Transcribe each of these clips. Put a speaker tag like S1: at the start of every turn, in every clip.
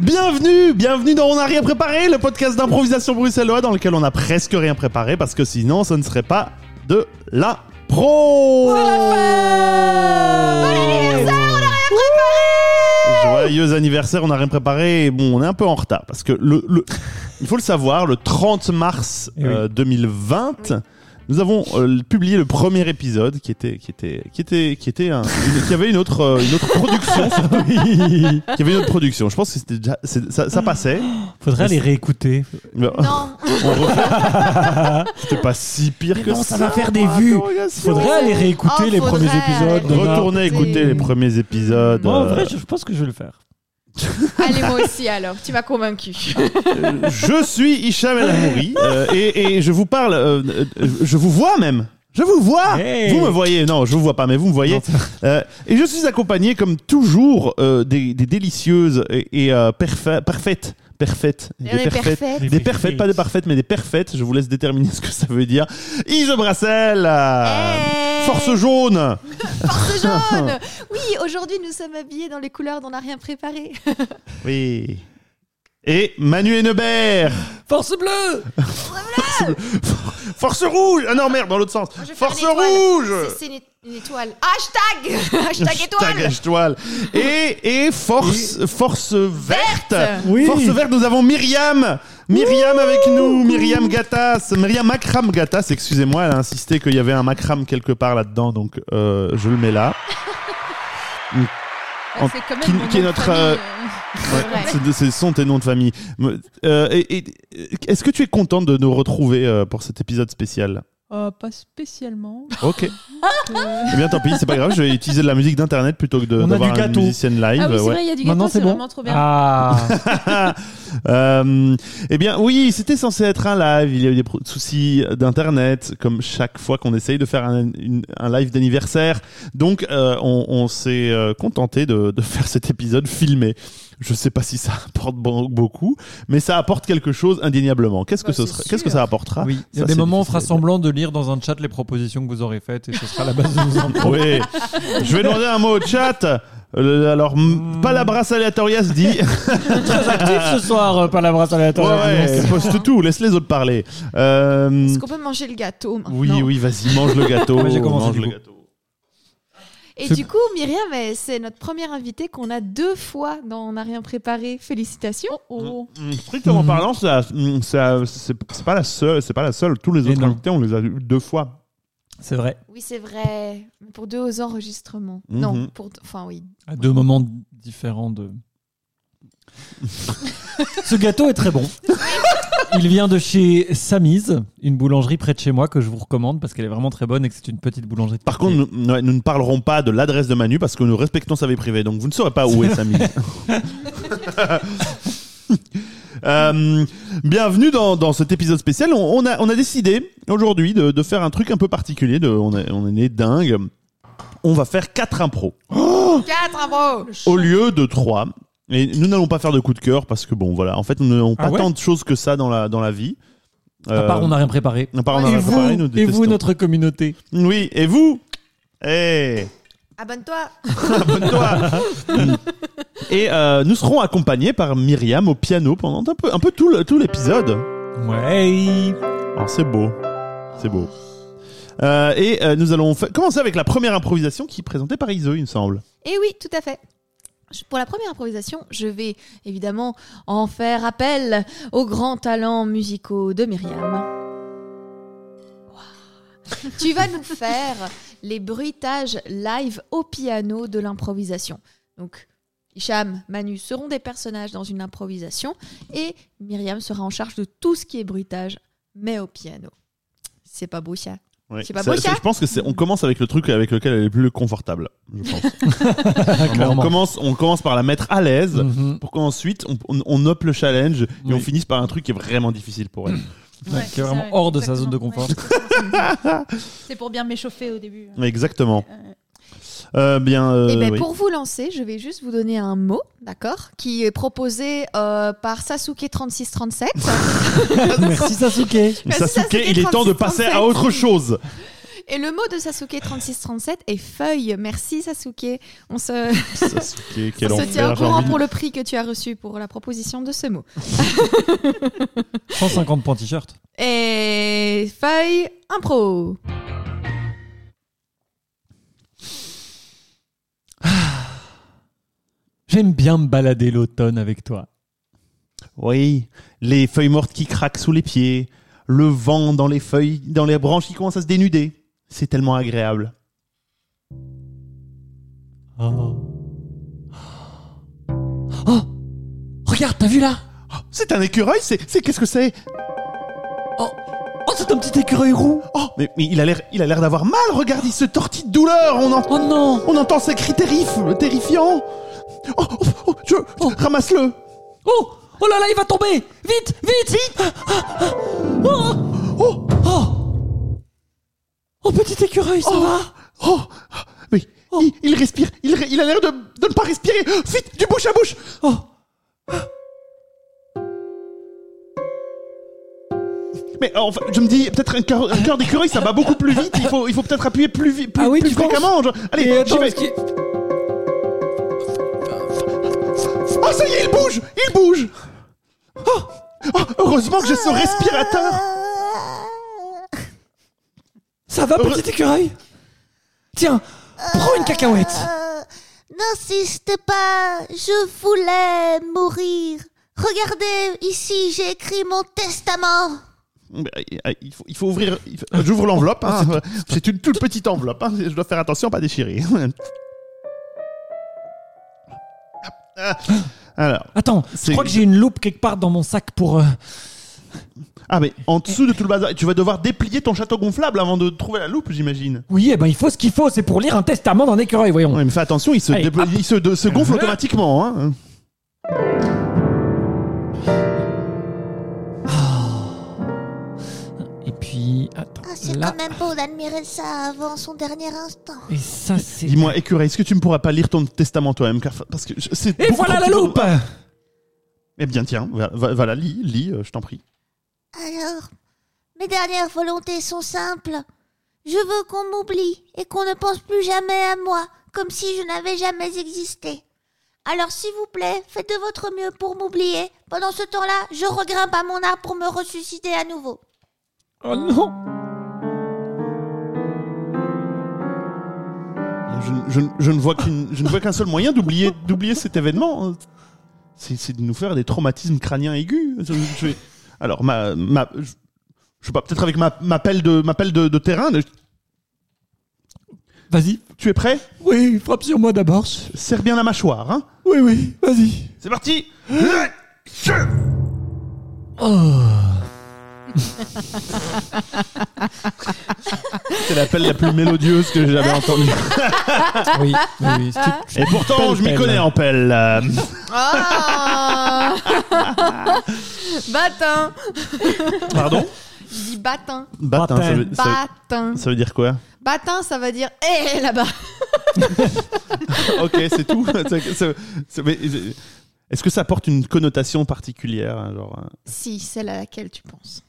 S1: Bienvenue, bienvenue dans On n'a rien préparé, le podcast d'improvisation bruxellois dans lequel on n'a presque rien préparé parce que sinon ce ne serait pas de la pro. Joyeux anniversaire, on n'a rien préparé. Bon, on est un peu en retard parce que le, le- il faut le savoir, le 30 mars
S2: Eh oui.
S1: euh, 2020, nous avons euh, publié le premier épisode qui était qui était qui était qui était un- une- qui avait une autre euh, une autre production, surtout. qui avait une autre production. Je pense que c'était déjà c'est- ça, ça passait.
S2: Faudrait aller réécouter.
S1: Non,
S3: Non,
S1: on refait. C'était pas si pire que
S2: non, ça
S1: ça.
S2: va faire des vues.
S1: interrogation.
S2: Faudrait
S4: Ah,
S2: aller réécouter
S3: Oh,
S2: les
S3: faudrait
S2: premiers épisodes.
S3: aller
S2: Donna.
S1: Retournez écouter les premiers épisodes.
S2: Moi, en
S1: euh,
S2: vrai, je, je pense que je vais le faire.
S3: allez moi aussi alors, tu m'as convaincu.
S1: je suis Hicham El Amouri euh, et, et je vous parle, euh, euh, je vous vois même. Je vous vois
S2: Hey.
S1: Vous me voyez Non, je vous vois pas, mais vous me voyez.
S2: Non,
S1: Euh, et je suis accompagné, comme toujours, euh, des, des délicieuses et, et, euh, perfa- parfaites. Parfaites. Des
S3: On est
S1: parfaites.
S3: parfait.
S1: Des parfaites, pas des parfaites, mais des parfaites. Je vous laisse déterminer ce que ça veut dire. Ise Brassel euh,
S3: Hey
S1: Force jaune
S3: Eh, Force jaune Oui, aujourd'hui nous sommes habillés dans les couleurs dont on n'a rien préparé.
S1: Oui. Et Manu Hennebert
S2: Force bleue
S1: Force rouge Ah non, merde, dans l'autre sens
S3: Je vais faire
S1: Force
S3: une étoile.
S1: rouge
S3: C'est- C'est une, une étoile. Hashtag Hashtag étoile
S1: Hashtag étoile. Et, et force, force verte.
S2: Oui.
S1: Force verte, nous avons Myriam. Myriam avec nous, Myriam Gattas, Myriam Makram Gattas, excusez-moi, elle a insisté qu'il y avait un Makram quelque part là-dedans, donc euh, je le mets là.
S4: Ah,
S3: Bah, C'est quand même
S1: qui-
S3: mon
S1: qui est
S3: nom de
S1: notre,
S3: famille,
S1: euh,
S3: euh,
S1: Ouais,
S3: vrai.
S1: c'est de- c'est son tes noms de famille. Me- euh, et- et- Est-ce que tu es contente de nous retrouver euh, pour cet épisode spécial
S4: Euh, Ah pas spécialement.
S1: Ok. eh bien, tant pis, c'est pas grave, je vais utiliser de la musique d'internet plutôt que de-
S2: On a
S1: d'avoir
S2: du
S1: une
S2: gâteau.
S1: musicienne live.
S4: ah oui, c'est
S1: ouais.
S4: vrai, il y a du
S2: Maintenant,
S4: gâteau,
S2: c'est
S4: c'est
S2: bon.
S4: vraiment trop bien.
S2: Ah
S1: Euh, eh bien, oui, c'était censé être un live. Il y a eu des pro- soucis d'internet, comme chaque fois qu'on essaye de faire un, une- un live d'anniversaire. Donc, euh, on, on s'est euh, contenté de, de faire cet épisode filmé. Je sais pas si ça apporte bon- beaucoup, mais ça apporte quelque chose indéniablement. Qu'est-ce que
S3: Bah,
S1: ce
S3: c'est
S1: sera Qu'est-ce que
S3: sûr.
S1: ça apportera
S2: oui, il y a
S1: Ça,
S2: des
S1: c'est
S2: moments où on fera
S1: difficile.
S2: semblant de lire dans un chat les propositions que vous aurez faites et ce sera la base de nos impôts.
S1: Oui. Je vais demander un mot au chat. Euh, alors, m-
S2: Hmm.
S1: pas la brasse aléatorias dit.
S2: Très actif ce soir, euh, pas la brasse
S1: Ouais,
S2: aléatoire.
S1: ouais, poste tout, laisse les autres parler. Euh,
S3: Est-ce qu'on peut manger le gâteau maintenant
S1: Oui, oui, vas-y, mange le gâteau.
S2: Ouais, j'ai commencé,
S1: mange
S2: du
S1: le
S2: coup.
S1: gâteau.
S3: Et
S2: C'est-
S3: du coup, Myriam, elle- c'est notre première invitée qu'on a deux fois dans On n'a rien préparé. Félicitations
S4: Oh.
S1: Mm, Strictement
S2: Mm.
S1: parlant, ça- mm, ça- c'est c'est pas la seule. C'est pas la seule. Tous les
S2: Et
S1: autres
S2: non.
S1: invités, on les a eu deux fois.
S2: C'est vrai,
S3: Mm. Oui, c'est vrai. Pour deux enregistrements.
S1: Mhm.
S3: Non, pour... Enfin, oui.
S2: à deux moments différents de. ce gâteau est très bon. Il vient de chez Samiz, une boulangerie près de chez moi que je vous recommande parce qu'elle est vraiment très bonne et que c'est une petite boulangerie. de
S1: Par contre,
S2: quartier.
S1: nous, ouais, nous ne parlerons pas de l'adresse de Manu parce que nous respectons sa vie privée. Donc vous ne saurez pas où est Samy. Euh, bienvenue dans, dans cet épisode spécial. On, on a, on a décidé aujourd'hui de, de faire un truc un peu particulier. De, on, est, on est né dingue. On va faire quatre impros.
S3: Quatre impôts
S1: au lieu de 3. Et nous n'allons pas faire de coup de cœur parce que bon voilà, en fait nous n'avons pas
S2: Ah ouais
S1: tant de choses que ça dans la, dans la vie. Euh,
S2: à part, on n'a rien préparé.
S1: à part on
S2: Euh,
S1: a
S2: et
S1: rien
S2: vous,
S1: préparé, nous
S2: et
S1: détestons.
S2: vous, notre communauté.
S1: Oui, et vous Eh,
S3: Abonne-toi
S1: abonne-toi Mm. Et euh, nous serons accompagnés par Myriam au piano pendant un peu, un peu tout le- tout l'épisode.
S2: Ouais.
S1: Alors c'est beau, c'est beau. Euh, et euh, nous allons fa- commencer avec la première improvisation qui est présentée par Iso, il me semble.
S3: Et Eh oui, tout à fait. Je- Pour la première improvisation, je vais évidemment en faire appel aux grands talents musicaux de Myriam. Waouh. tu vas nous faire les bruitages live au piano de l'improvisation. Donc, Hicham, Manu seront des personnages dans une improvisation et Myriam sera en charge de tout ce qui est bruitage, mais au piano. C'est pas beau ça
S1: Ouais.
S3: C'est pas
S1: Ça-
S3: beau,
S1: ça,
S3: ça
S1: Je pense que c'est. On commence avec le truc avec lequel elle est plus confortable. Je pense. Vraiment, on
S2: Clairement.
S1: commence. On commence par la mettre à l'aise.
S2: Mhm.
S1: Pour qu'ensuite on, on, on up le challenge et
S2: Oui.
S1: on finisse par un truc qui est vraiment difficile pour elle.
S2: Ouais, qui est vraiment hors de sa zone de confort.
S4: c'est pour bien m'échauffer au début. hein.
S1: Exactement.
S4: Euh,
S1: Euh, bien. euh,
S3: Eh ben,
S1: oui.
S3: Pour vous lancer, je vais juste vous donner un mot, d'accord Qui est proposé euh, par Sasuke3637.
S2: Ah, Merci Sasuke.
S3: Merci,
S1: Sasuke,
S3: Sasuke,
S1: il est temps de
S3: 36,
S1: passer
S3: 37.
S1: à autre chose.
S3: Et le mot de Sasuke 3637 est feuille. Merci Sasuke. On se,
S1: Sasuke, quel
S3: on se
S1: enfer,
S3: tient au
S1: j'ai
S3: courant
S1: envie de-
S3: pour le prix que tu as reçu pour la proposition de ce mot.
S2: 150 points t-shirt.
S3: Et feuille impro.
S2: J'aime bien me balader l'automne avec toi.
S1: Oui, les feuilles mortes qui craquent sous les pieds, le vent dans les feuilles, dans les branches qui commencent à se dénuder. C'est tellement agréable.
S2: Oh. Oh Regarde, t'as vu là
S1: Oh, c'est un écureuil, c'est c'est- qu'est-ce que c'est
S2: Oh, c'est un petit écureuil roux
S1: Oh, mais, mais il a l'air il a l'air d'avoir mal. Regarde, il se tortille de douleur. On, en-
S2: Oh non
S1: on entend ses cris terrif- terrifiants. Oh, oh, oh, je- je-
S2: Oh.
S1: ramasse-le.
S2: Oh Oh là là, il va tomber Vite Vite Vite oh. oh Oh Oh, petit écureuil, ça
S1: Oh.
S2: va
S1: Oh, mais
S2: Oh.
S1: Il, il respire. Il, re- il a l'air de, de ne pas respirer. Vite, du bouche à bouche.
S2: Oh
S1: Mais euh, enfin, je me dis, peut-être un cœur, un cœur d'écureuil, ça bat beaucoup plus vite. Il faut, il faut peut-être appuyer plus vite, plus,
S2: Ah oui,
S1: plus
S2: tu penses
S1: fréquemment. genre.
S2: Et
S1: allez, j'y
S2: attends,
S1: vais.
S2: est-ce qu'il-
S1: Oh, ça y est, il bouge Il bouge Oh, oh, Heureusement
S2: Ah.
S1: que j'ai ce respirateur
S5: Ah.
S2: Ça va, petit écureuil Tiens, prends une cacahuète
S5: Euh, N'insistez pas, je voulais mourir. Regardez, ici j'ai écrit mon testament.
S1: Mais, euh, Il faut, il faut ouvrir. il faut- J'ouvre l'enveloppe. hein. C'est une toute petite enveloppe. hein. Je dois faire attention à pas déchirer. Ah, Alors,
S2: Attends, je
S1: C'est-
S2: crois que j'ai une loupe quelque part dans mon sac pour... euh,
S1: ah mais en dessous de tout le bazar, tu vas devoir déplier ton château gonflable avant de trouver la loupe, j'imagine.
S2: Oui, eh ben, il faut ce qu'il faut, c'est pour lire un testament d'un écureuil, voyons.
S1: Ouais, mais fais attention, il se,
S2: Allez, Ah.
S1: déplie-
S2: hop.
S1: il se, de- se gonfle
S2: Voilà.
S1: automatiquement. hein.
S2: Et puis, attends,
S5: Ah, c'est
S2: là,
S5: quand même beau d'admirer ça avant son dernier instant.
S2: et ça c'est...
S1: Dis-moi, écureuil, est-ce que tu ne pourras pas lire ton testament toi-même, car parce que je- c'est.
S2: Et
S1: beaucoup
S2: voilà la
S1: compliqué de-
S2: loupe
S1: Eh bien, tiens, va- va- voilà, lis, lis, euh, je t'en prie.
S5: Alors, mes dernières volontés sont simples. Je veux qu'on m'oublie et qu'on ne pense plus jamais à moi, comme si je n'avais jamais existé. Alors s'il vous plaît, faites de votre mieux pour m'oublier. Pendant ce temps-là, je regrimpe à mon arbre pour me ressusciter à nouveau.
S2: Oh non
S1: Je, je- je ne vois qu'une- je ne vois qu'un seul moyen d'oublier, d'oublier cet événement. hein. C'est, c'est de nous faire des traumatismes crâniens aigus. Je- je vais- alors, ma, ma- je, je sais pas, peut-être avec ma, ma pelle de, ma pelle de, de terrain. mais-
S2: Vas-y.
S1: Tu es prêt
S2: Oui, frappe sur moi d'abord.
S1: Serre bien la mâchoire, hein
S2: Oui, oui, vas-y.
S1: C'est parti.
S2: Oh,
S1: C'est la pelle la plus mélodieuse que j'ai jamais entendue.
S2: Oui, oui, oui. c'est une-
S1: Et pourtant,
S2: Pelle,
S1: je m'y
S2: pelle.
S1: connais en pelle. euh.
S3: Oh Ah Batin
S1: Pardon
S3: Je dis batin.
S1: Batin, hein, ça veut- ça veut-
S3: Batin.
S1: ça veut dire quoi
S3: Batin, ça veut dire hé là-bas.
S1: Ok, c'est tout. C'est- c'est- c'est- mais, euh, Est-ce que ça porte une connotation particulière hein, genre, hein
S3: Si, celle à laquelle tu penses.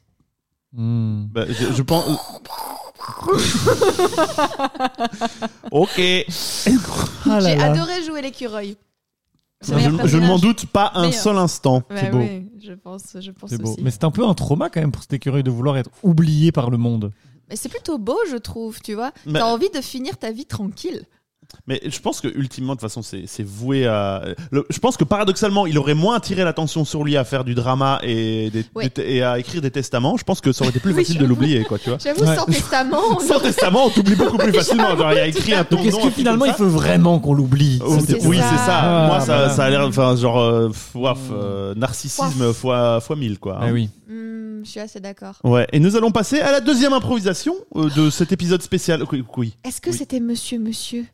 S2: Hmm.
S1: Bah, je, je pense. euh, ok.
S2: Ah là
S3: J'ai
S2: là.
S3: adoré jouer l'écureuil. C'est le meilleur
S1: Je, je ne m'en
S3: personnage.
S1: doute pas un
S3: Meilleur.
S1: seul instant.
S3: Bah
S1: c'est beau.
S3: oui, je pense, je pense
S2: C'est beau.
S3: aussi.
S2: Mais c'est un peu un trauma quand même pour cet écureuil de vouloir être oublié par le monde.
S3: Mais c'est plutôt beau, je trouve, tu vois.
S1: Mais-
S3: T'as envie de finir ta vie tranquille.
S1: Mais je pense que ultimement, de toute façon, c'est c'est voué à. le- je pense que paradoxalement, il aurait moins attiré l'attention sur lui à faire du drama et, des-
S3: Ouais.
S1: des- et à écrire des testaments. Je pense que ça aurait été plus
S3: Oui,
S1: facile de
S3: j'avoue.
S1: l'oublier, quoi, tu vois.
S3: J'avoue,
S2: Ouais.
S3: sans testament,
S1: Sans testament, on t'oublie beaucoup plus facilement. Genre, il a écrit un ton
S2: Donc est-ce
S1: nom, un
S2: que
S1: truc
S2: finalement
S1: comme
S2: il
S1: ça.
S2: faut vraiment qu'on l'oublie
S1: Oh,
S2: C'était-
S1: oui,
S3: ça.
S1: c'est ça.
S2: Ah,
S1: Moi, ça,
S2: voilà.
S1: ça a l'air, enfin, genre, euh, pff, ouaf, euh, narcissisme fois fois mille, quoi. hein.
S2: Ah oui.
S3: Hmm, je suis assez d'accord.
S1: Ouais. Et nous allons passer à la deuxième improvisation euh, de cet épisode spécial. Oui, oui.
S3: Est-ce que
S1: Oui.
S3: c'était Monsieur Monsieur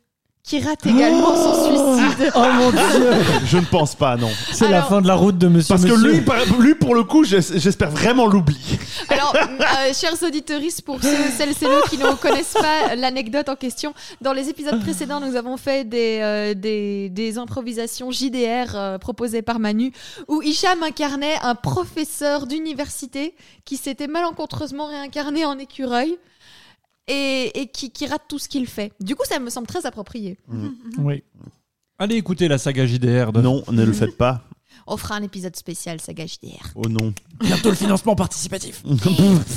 S3: qui rate également son suicide
S2: Oh mon dieu
S1: Je ne pense pas, non.
S2: C'est la
S3: Alors-
S2: fin de la route de Monsieur
S1: Parce que
S2: Monsieur.
S1: lui, par- lui, pour le coup, j'es- j'espère vraiment l'oublier.
S3: Alors, euh, chers auditeuristes, pour ceux, celles et ceux qui ne connaissent pas l'anecdote en question, dans les épisodes précédents, nous avons fait des, euh, des, des improvisations JDR euh, proposées par Manu, où Hicham incarnait un professeur d'université qui s'était malencontreusement réincarné en écureuil. et, et qui, qui rate tout ce qu'il fait. Du coup, ça me semble très approprié.
S6: Oui. Allez écouter la saga JDR de
S1: Non, ne le faites pas.
S3: On fera un épisode spécial saga JDR.
S1: Oh non.
S2: Bientôt le financement participatif.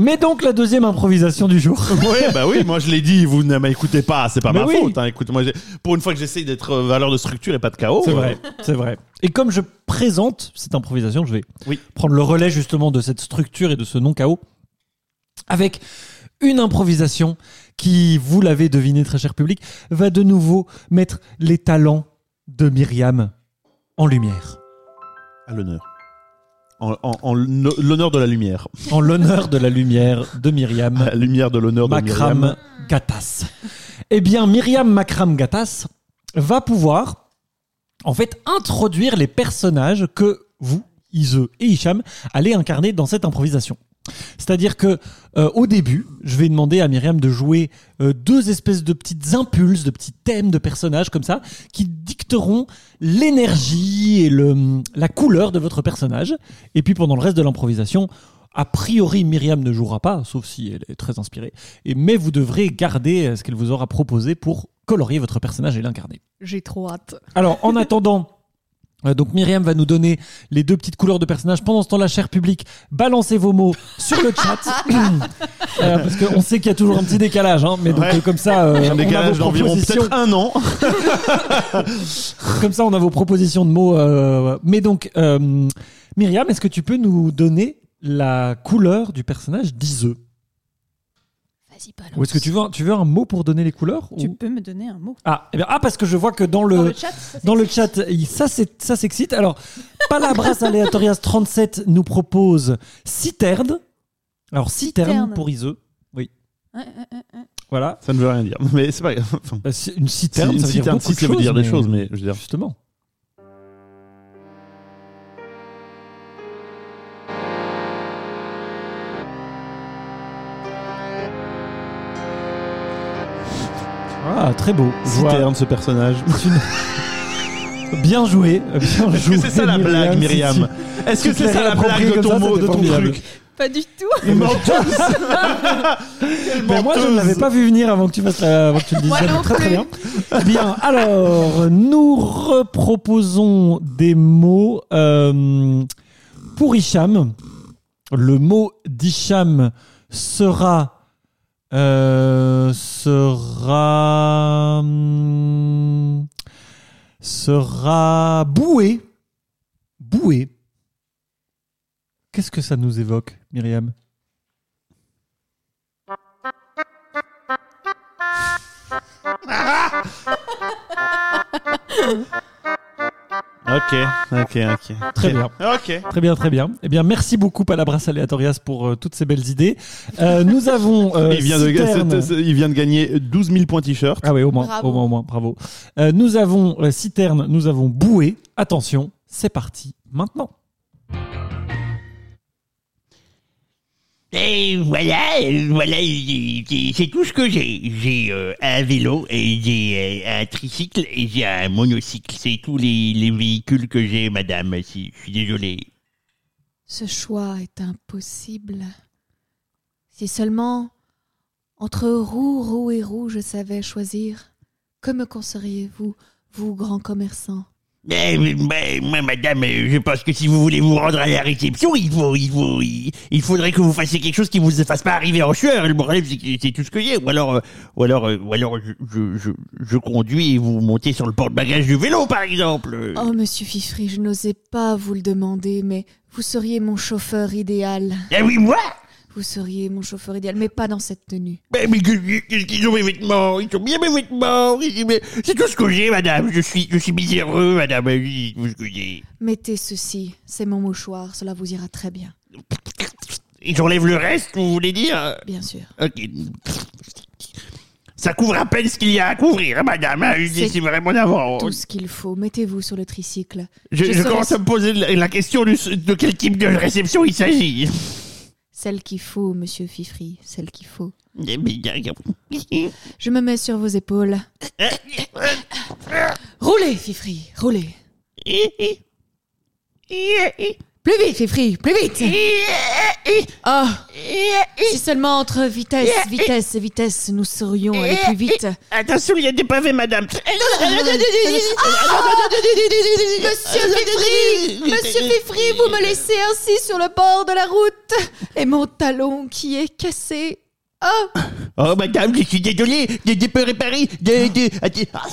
S6: Mais donc la deuxième improvisation du jour.
S1: oui, bah oui, moi je l'ai dit, vous ne m'écoutez pas, c'est pas
S6: Mais
S1: ma
S6: oui.
S1: faute. hein. Écoute, moi, j'ai- pour une fois que j'essaye d'être euh, valeur de structure et pas de chaos.
S6: C'est
S1: euh,
S6: vrai, c'est vrai. Et comme je présente cette improvisation, je vais
S1: Oui.
S6: prendre le relais justement de cette structure et de ce non-chaos avec une improvisation qui, vous l'avez deviné, très cher public, va de nouveau mettre les talents de Myriam en lumière,
S1: À l'honneur. En, en- en l'hon- l'honneur de la lumière.
S6: en l'honneur de la lumière de Myriam
S1: La lumière de l'honneur de Myriam.
S6: Makram Gatas. Eh bien, Myriam Makram Gatas va pouvoir, en fait, introduire les personnages que vous, Ise et Hicham, allez incarner dans cette improvisation. C'est-à-dire que euh, au début, je vais demander à Myriam de jouer euh, deux espèces de petites impulses, de petits thèmes de personnages comme ça, qui dicteront l'énergie et le, la couleur de votre personnage. Et puis pendant le reste de l'improvisation, a priori Myriam ne jouera pas, sauf si elle est très inspirée. Et mais vous devrez garder euh, ce qu'elle vous aura proposé pour colorier votre personnage et l'incarner.
S4: J'ai trop hâte.
S6: Alors, en attendant, euh, donc Myriam va nous donner les deux petites couleurs de personnages. Pendant ce temps-là, cher public, balancez vos mots sur le chat. Euh, parce qu'on sait qu'il y a toujours un petit décalage, hein, mais donc
S1: Ouais.
S6: euh, comme ça, euh,
S1: Un
S6: on a
S1: décalage
S6: vos
S1: d'environ
S6: propositions.
S1: peut-être un an.
S6: Comme ça, on a vos propositions de mots. euh, mais donc, euh, Myriam, est-ce que tu peux nous donner la couleur du personnage d'Iseux
S3: Vas-y, pas
S6: Ou est-ce que tu veux, un- tu veux un mot pour donner les couleurs
S4: Tu
S6: ou-
S4: peux me donner un mot
S6: ah, eh bien, ah, parce que je vois que dans
S2: Euh,
S4: Dans
S6: le,
S4: le chat ça, c'est-
S6: dans le chat, il- ça c'est ça s'excite. Alors, Palabras Aleatorias 37 nous propose citerne. Alors citerne,
S4: Citerne.
S6: pour Iseux.
S4: Hein, hein, hein, hein.
S6: Voilà.
S1: Ça ne veut rien dire. Mais c'est pas grave. Enfin,
S6: Bah, c'est une
S1: si,
S6: citerne, ça veut
S1: si,
S6: dire,
S1: t'as un
S6: beaucoup
S1: si,
S6: de
S1: ça veut dire des
S6: mais-
S1: choses, mais je veux dire.
S6: Justement. Ah, très beau.
S1: Citerne, ce personnage.
S6: Bien joué. Bien
S1: Est-ce que
S6: joué.
S1: c'est ça la blague, Myriam Est-ce que
S6: Tu te
S1: c'est ça
S6: l'es
S1: la
S6: approprié
S1: blague de
S6: comme
S1: ton
S6: ça,
S1: mot, de
S6: c'était
S1: ton
S6: formidable.
S1: truc
S4: Pas du tout.
S1: Menteuse
S6: Mais Ben, moi, je ne l'avais pas vu venir avant que tu, fasses la- avant que tu le dises.
S3: Moi
S6: Donc,
S3: non
S6: très très
S3: plus.
S6: bien. Bien, alors, nous reproposons des mots euh, pour Hicham. Le mot d'Hicham sera. euh, sera. hum, sera boué. Boué. Qu'est-ce que ça nous évoque, Myriam
S1: Ok, ok, ok.
S6: Très bien.
S1: Ok.
S6: Très bien, très bien. Eh bien, merci beaucoup Palabras Aleatorias pour euh, toutes ces belles idées. Euh, nous avons. euh,
S1: Il vient, de,
S6: Citerne.
S1: c'est- c'est- il vient de gagner 12 000 points t-shirt.
S6: Ah oui, au moins,
S3: Bravo.
S6: au moins, au moins, bravo. Euh, nous avons euh, Citerne, nous avons Boué. Attention, c'est parti maintenant.
S7: Et voilà, euh, voilà, j'ai- j'ai- c'est tout ce que j'ai. J'ai euh, un vélo, et j'ai euh, un tricycle et j'ai un monocycle. C'est tous les, les véhicules que j'ai, madame. Si, je suis désolé.
S3: Ce choix est impossible. Si seulement entre roux, roux et roux, je savais choisir, que me conseilleriez-vous, vous grand commerçant
S7: Mais, Ben, mais, mais, moi, madame, euh, je pense que si vous voulez vous rendre à la réception, il faut, il faut, il, il faudrait que vous fassiez quelque chose qui vous fasse pas arriver en sueur. Et Le problème, c'est que c'est tout ce que j'ai. Ou alors, euh, ou alors, euh, ou alors, je, je, je, je conduis et vous montez sur le porte-bagages du vélo, par exemple.
S3: Oh, monsieur Fifri, je n'osais pas vous le demander, mais vous seriez mon chauffeur idéal.
S7: Eh oui, moi.
S3: Vous seriez mon chauffeur idéal, mais pas dans cette tenue.
S7: Mais, Ben, mais que- qu'est-ce qu'ils ont mes vêtements Ils sont bien mes vêtements Ils- mais- C'est tout ce que j'ai, madame Je suis, je suis miséreux, madame Oui, C'est tout ce que j'ai
S3: Mettez ceci, c'est mon mouchoir, cela vous ira très bien,
S7: Et j'enlève le reste, vous voulez dire
S3: bien sûr.
S7: Ok. Ça couvre à peine ce qu'il y a à couvrir, hein, madame hein.
S3: C'est
S7: C'est c'est vraiment d'avant
S3: Tout ce qu'il faut, mettez-vous sur le tricycle.
S7: Oh,
S3: je
S7: Je, je
S3: serais-
S7: commence à me poser la, la question du- de quel type de réception il s'agit.
S3: Celle qu'il faut, monsieur Fifri, celle qu'il faut.
S7: Mais- mais-
S3: Je me mets sur vos épaules. Roulez, Fifri, roulez. Plus vite, Fifri, plus vite Oh Si seulement entre vitesse, vitesse et vitesse, nous serions aller plus vite.
S7: Attention, il y a des pavés, madame.
S3: Eh Monsieur Fifri Monsieur Fifri, vous me laissez ainsi sur le bord de la route Et mon talon qui est cassé. Oh
S7: Oh, madame, je suis désolé. Je ne peux réparer. Je- je- attends.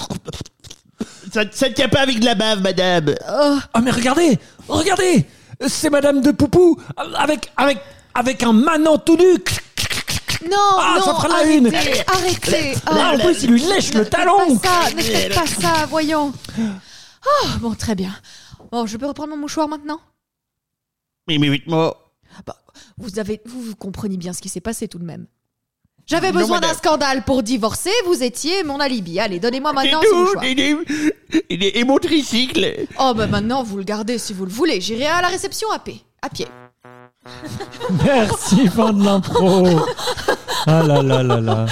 S7: Ça, ça ne tient pas avec de la bave, madame.
S3: Oh
S6: Ah mais regardez Regardez C'est Madame de Poupou avec, avec, avec un manant tout nu
S3: Non,
S6: Ah,
S3: non,
S6: ça fera la
S3: arrêtez,
S6: une.
S3: arrêtez.
S6: Là, en
S3: Oh,
S6: plus, il lui lèche
S3: ne
S6: le
S3: faites
S6: talon
S3: pas ça, Ne faites pas ça, voyons. Oh, bon, très bien. Bon, je peux reprendre mon mouchoir maintenant Bah,
S7: Mais, mais, moi.
S3: vous, avez, vous, vous comprenez bien ce qui s'est passé tout de même. J'avais
S7: Non,
S3: besoin d'un
S7: madame.
S3: scandale pour divorcer, vous étiez mon alibi. Allez, donnez-moi maintenant ce
S7: tout,
S3: mouchoir.
S7: et, et- et- et mon tricycle.
S3: Oh, bah maintenant, vous le gardez si vous le voulez. J'irai à la réception à pied. À pied.
S6: Merci, fin de l'impro Ah là là là là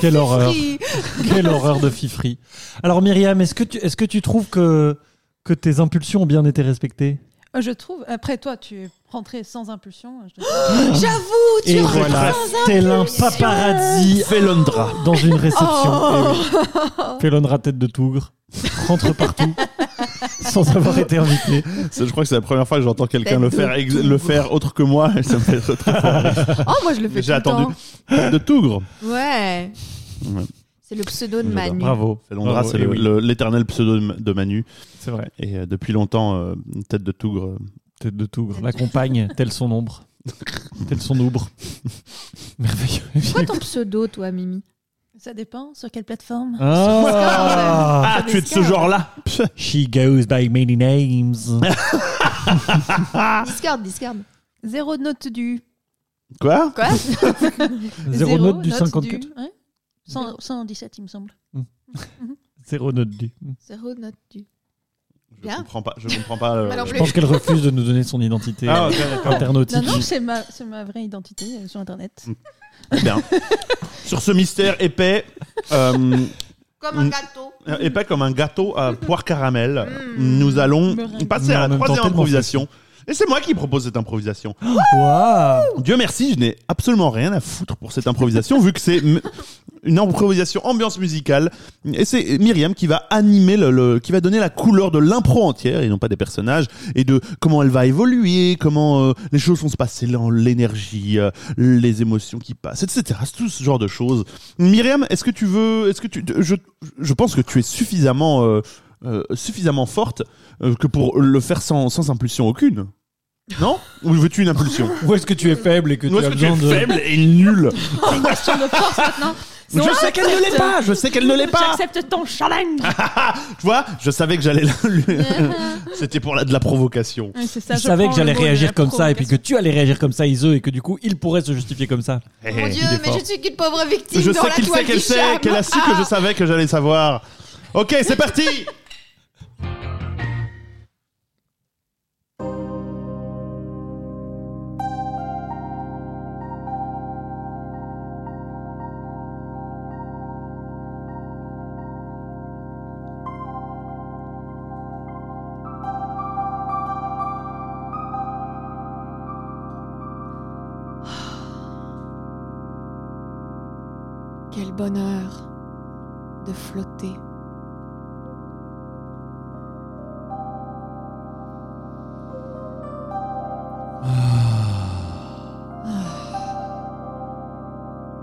S6: Quelle horreur
S3: Fifri.
S6: Quelle horreur de fifri Alors Myriam, est-ce que, tu- est-ce que tu trouves que, que tes impulsions ont bien été respectées
S4: Euh, Je trouve, après toi, tu es rentré sans impulsion. hein, Je te-
S3: J'avoue, tu
S6: Et
S3: rentres
S6: voilà, tel un paparazzi
S1: Felondra.
S6: dans une réception.
S3: Oh.
S6: Eh oui. Félondra tête de tougre, rentre partout, sans avoir été invité.
S1: Ça, je crois que c'est la première fois que j'entends quelqu'un
S3: Tête
S1: le
S3: de
S1: faire, ex- le faire autre que moi. et ça me fait très fort rire.
S3: Oh, moi, je le fais
S1: J'ai
S3: tout le
S1: attendu. Tête de tougre.
S3: temps. Ouais.
S1: Ouais.
S3: C'est le pseudo de
S1: J'adore.
S3: Manu.
S6: Bravo.
S1: Felondra,
S6: Bravo,
S1: c'est
S6: eh
S1: le-
S6: oui,
S1: le- l'éternel pseudo de, de Manu.
S6: C'est vrai,
S1: Et euh, depuis longtemps, euh, tête de tougre. euh,
S6: tête de tougre. La compagne, telle son ombre. Telle son ombre. Merveilleux.
S3: Pourquoi ton pseudo, toi, Mimi
S4: Ça dépend sur quelle plateforme.
S6: Ah,
S1: Ah, tu es de ce genre-là
S6: She goes by many names.
S1: Ah.
S3: Discard, discard.
S4: Zéro note du.
S1: Quoi
S3: Quoi
S6: Zéro note du 54.
S4: du- ouais. hein. Cent- 117, il me semble.
S6: Zéro note du.
S3: Zéro note du.
S1: Je
S3: Bien.
S1: comprends pas. Je comprends pas. le-
S3: Moi non
S6: Je
S3: plus.
S6: pense qu'elle refuse de nous donner son identité
S1: Ah, ok, d'accord.
S6: internautique.
S4: Non, non, c'est ma, c'est ma vraie identité euh, sur Internet.
S1: Bien. Sur ce mystère épais, euh,
S3: Comme
S1: un
S3: gâteau.
S1: épais comme un gâteau à poire caramel,
S3: Mm.
S1: nous allons
S4: Meringue.
S1: passer
S6: Mais en
S1: à la
S6: même temps,
S1: troisième
S6: tellement
S1: improvisation. Et c'est moi qui propose cette improvisation.
S6: Waouh.
S1: Dieu merci, je n'ai absolument rien à foutre pour cette improvisation, vu que c'est m- une improvisation ambiance musicale. Et c'est Myriam qui va animer, le, le- qui va donner la couleur de l'impro entière, et non pas des personnages, et de comment elle va évoluer, comment euh, les choses vont se passer, l'en- l'énergie, euh, les émotions qui passent, etc. C'est tout ce genre de choses. Myriam, est-ce que tu veux, est-ce que tu, je, je pense que tu es suffisamment, euh, euh, suffisamment forte euh, que pour le faire sans, sans impulsion aucune. Non Ou veux-tu une impulsion
S6: Où est-ce que tu es faible et que
S1: Où
S6: tu
S1: est-ce
S6: as
S1: que tu
S6: besoin
S1: es
S6: de.
S1: faible et nul
S4: Non,
S1: Je sais qu'elle ne l'est pas Je sais qu'elle ne l'est pas
S4: J'accepte ton challenge
S1: Tu vois, je savais que j'allais... la- lui- C'était pour la, de la provocation.
S4: Ouais, c'est ça,
S6: Je
S4: je
S6: savais
S4: prends
S6: que j'allais
S4: le mot de
S6: réagir
S4: la
S6: comme ça et puis que
S4: provocation.
S6: tu allais réagir comme ça, Iseu, et que du coup, il pourrait se justifier comme ça.
S3: Mon
S1: Eh,
S3: Dieu,
S1: il est
S3: mais
S1: fort.
S3: je suis qu'une pauvre victime
S1: Je
S3: dans
S1: sais
S3: la
S1: qu'il
S3: toile
S1: sait
S3: du
S1: qu'elle sait,
S3: charme. Ah.
S1: qu'elle a su que je savais que j'allais savoir. Ok, c'est parti
S3: Quel bonheur de flotter.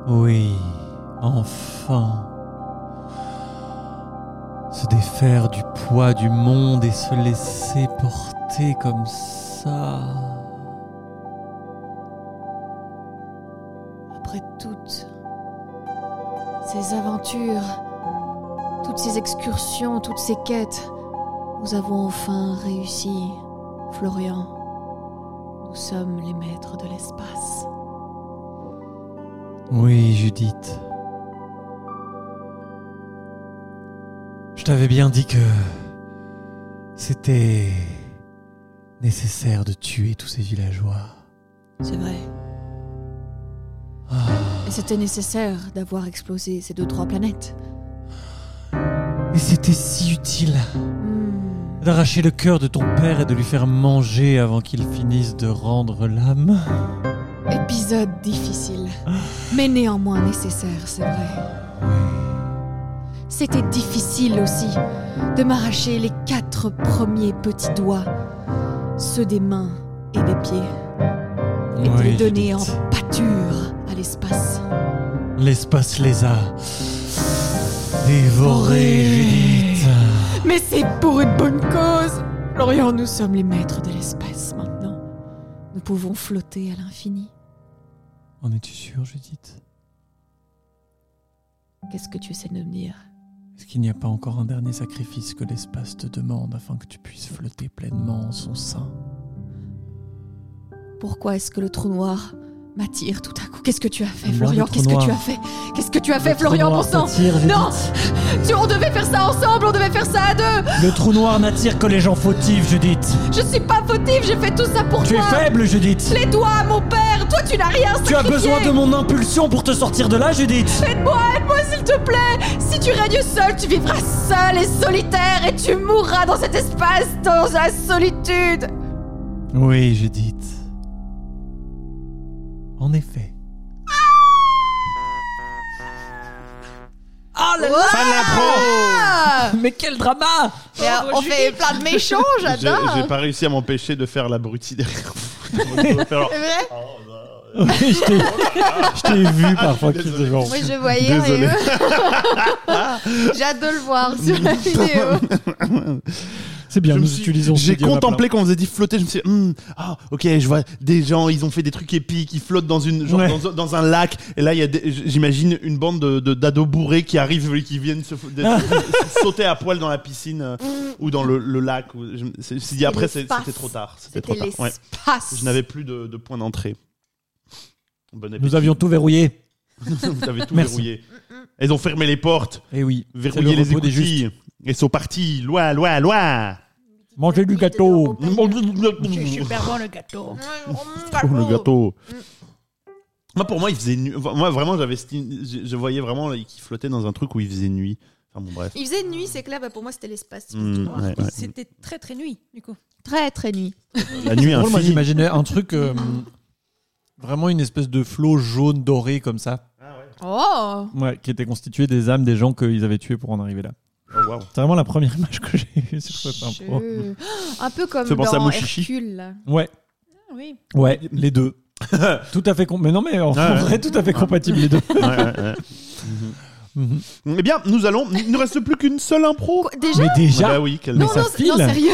S6: Oui, enfin. Se défaire du poids du monde et se laisser porter comme ça.
S3: Après toutes ces aventures, toutes ces excursions, toutes ces quêtes, nous avons enfin réussi, Florian. Nous sommes les maîtres de l'espace.
S6: Oui, Judith. Je t'avais bien dit que c'était nécessaire de tuer tous ces villageois.
S3: C'est vrai. Et c'était nécessaire d'avoir explosé ces deux trois planètes.
S6: Et c'était si utile.
S3: Hmm.
S6: d'arracher le cœur de ton père et de lui faire manger avant qu'il finisse de rendre l'âme.
S3: Épisode difficile, mais néanmoins nécessaire, c'est vrai. C'était difficile aussi de m'arracher les quatre premiers petits doigts, ceux des mains et des pieds, et de les donner en
S6: Judith.
S3: pâture à l'espace.
S6: L'espace les a dévorés,
S3: Dévorés.
S6: Judith.
S3: Mais c'est pour une bonne cause Florian, nous sommes les maîtres de l'espace maintenant. Nous pouvons flotter à l'infini.
S6: En es-tu sûre, Judith
S3: Qu'est-ce que tu essaies de me dire
S6: Est-ce qu'il n'y a pas encore un dernier sacrifice que l'espace te demande afin que tu puisses flotter pleinement en son sein
S3: Pourquoi est-ce que le trou noir m'attire tout à coup Qu'est-ce que tu as fait,
S6: Moi,
S3: Florian
S6: le trou
S3: Qu'est-ce que tu as
S6: noir.
S3: fait Qu'est-ce que tu as fait,
S6: Le trou
S3: Florian, bon
S6: noir
S3: sang
S6: t'attire, Judith.
S3: Non Tu- On devait faire ça ensemble, on devait faire ça à deux
S6: Le trou noir n'attire que les gens fautifs, Judith
S3: Je suis pas fautive, j'ai fait tout ça pour
S6: Tu es
S3: toi
S6: faible, Judith
S3: Les doigts à mon père Toi, tu n'as rien
S6: Tu as
S3: sacrifié.
S6: besoin de mon impulsion pour te sortir de là, Judith
S3: Aide-moi, aide-moi, s'il te plaît Si tu règnes seul, tu vivras seul et solitaire et tu mourras dans cet espace, dans la solitude
S6: Oui, Judith. En effet.
S2: Ah là là
S1: Pas de l'impro
S3: Ah
S4: Oh,
S2: Mais quel drama
S3: Et, euh, On fait plein de méchants,
S1: J'ai j'ai pas réussi à m'empêcher de faire l'abruti derrière vous. De faire-
S3: C'est vrai
S6: Oui, je t'ai- je t'ai vu parfois qui
S1: Ah, Désolé.
S6: genre.
S3: Moi je voyais
S1: Désolé.
S3: et eux- J'ai hâte de le voir sur la vidéo.
S6: C'est bien,
S1: Je me
S6: nous
S1: suis-
S6: utilisons. ce
S1: J'ai
S6: diagramme.
S1: contemplé quand on vous a dit flotter, je me suis dit, Hmm, ah, ok, je vois des gens, ils ont fait des trucs épiques, ils flottent dans, une, genre
S6: Ouais.
S1: dans, dans un lac, et là, il y a des- j'imagine une bande de- de- d'ados bourrés qui arrivent et qui viennent se, de- de- sauter à poil dans la piscine euh, ou dans le, le lac. ou- je me- c'est- je me suis dit, après, c'est-
S3: l'espace.
S1: c'était trop tard. C'était trop
S3: C'était
S1: tard. Ouais.
S3: l'espace.
S1: Je n'avais plus de, de point d'entrée. Bon appétit.
S6: Nous avions tout verrouillé.
S1: Vous avez tout
S6: Merci.
S1: verrouillé. Elles ont fermé les portes,
S6: Eh oui. C'est
S1: verrouillé
S6: le
S1: les
S6: repos des justes.
S1: écoutilles, et sont partis loin, loin, loin.
S6: Mangez du gâteau. mm.
S4: super bon le gâteau.
S1: Oh, le gâteau. Moi, pour moi, il faisait nuit. Moi, vraiment, j'avais, cette- je, je voyais vraiment là, qu'il flottait dans un truc où il faisait nuit. Enfin, bon, bref.
S3: Il faisait nuit, c'est clair, bah, pour moi c'était l'espace. c'était
S1: Mm,
S3: tout noir.
S1: ouais, ouais.
S4: C'était très très nuit, du coup.
S3: Très très nuit.
S1: La nuit
S6: Drôle, Moi,
S1: infinie.
S6: j'imaginais un truc. euh, Vraiment une espèce de flot jaune doré comme ça,
S3: Oh
S6: ouais, qui était constitué des âmes des gens qu'ils avaient tués pour en arriver là.
S1: Oh, waouh.
S6: C'est vraiment la première image que j'ai eue sur cette impro.
S3: Je- Un peu comme
S1: Fais penser à
S3: dans
S1: Moshishi.
S3: Hercule. là.
S6: Ouais,
S4: Ah oui.
S6: ouais, les deux. tout à fait. com- Mais non, mais en, en
S1: Ouais, ouais.
S6: vrai, tout à fait compatible les deux.
S1: Ouais, ouais, ouais.
S6: Mhm.
S1: Eh bien, nous allons. Il ne reste plus qu'une seule impro.
S3: Quoi, Déjà
S6: Mais déjà,
S1: Bah oui, quelle
S6: mais
S3: non,
S6: ça
S3: non,
S6: file.
S3: non, sérieux,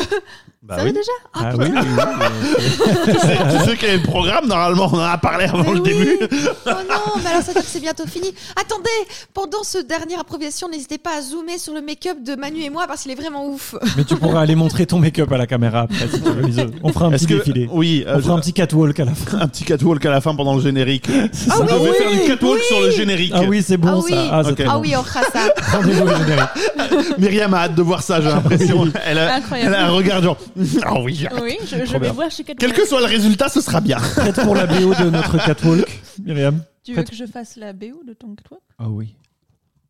S1: Bah oui.
S3: sérieux déjà
S6: Ah oui, oui, oui, oui.
S1: tu, sais, tu sais quel est le programme Normalement, on en a parlé avant
S3: Mais
S1: le
S3: oui.
S1: début.
S3: Oh non, mais alors ça veut dire que c'est bientôt fini. Attendez, pendant ce dernier improvisation, n'hésitez pas à zoomer sur le make-up de Manu et moi parce qu'il est vraiment ouf.
S1: Ah
S6: mais tu pourras aller montrer ton make-up à la caméra après. si tu veux, Iso. On fera un petit
S1: Est-ce que
S6: défilé.
S1: oui, euh,
S6: On fera un petit catwalk à la fin.
S1: un petit catwalk à la fin pendant le générique. Ah
S3: oui,
S1: devait faire
S3: oui,
S1: du catwalk sur le générique.
S6: Ah oui, c'est
S3: Ah
S6: bon
S3: oui.
S6: ça. Ah, c'est
S1: Ok.
S6: très
S3: Ah
S6: bon.
S3: oui, on fera ça.
S6: Rendez-vous au générique.
S1: Myriam a hâte de voir ça, j'ai
S6: Ah
S1: l'impression. Elle a, elle
S4: Incroyable.
S1: a un regard genre. Ah oui, j'ai-
S4: Oui, je, je
S6: Trop
S4: vais
S6: bien.
S4: voir chez quelqu'un.
S1: Quel que soit le résultat, ce sera bien.
S6: Prête pour la BO de notre catwalk, Myriam
S4: Tu veux que je fasse la BO de ton toi
S6: Ah oui.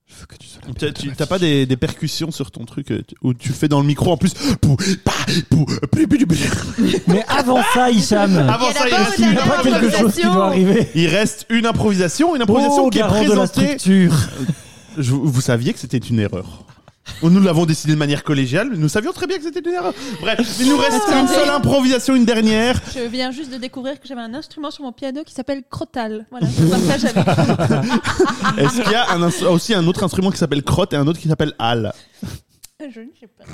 S6: Je veux que tu sois la
S1: T'as-
S6: BO de
S1: tu-
S6: ma
S1: T'as
S6: vie.
S1: pas des, des percussions sur ton truc euh, tu- où tu fais dans le micro en plus pou, pa, pou, pli, pli, pli.
S6: Mais avant ça, Hicham,
S1: Avant ça, il
S3: d'abord,
S1: reste,
S6: il n'y
S1: une
S6: a pas quelque chose qui doit arriver.
S1: il reste une improvisation, une improvisation
S6: Oh,
S1: qui est
S6: garant de la
S1: présentée.
S6: structure.
S1: Je- vous saviez que c'était une erreur. Nous l'avons décidé de manière collégiale, mais nous savions très bien que c'était une erreur. Bref, il nous reste une seule improvisation, une dernière.
S4: Je viens juste de découvrir que j'avais un instrument sur mon piano qui s'appelle crotal. Voilà, je le partage avec vous.
S1: Est-ce qu'il y a un ins- aussi un autre instrument qui s'appelle crotte et un autre qui s'appelle hal
S4: Je ne sais pas.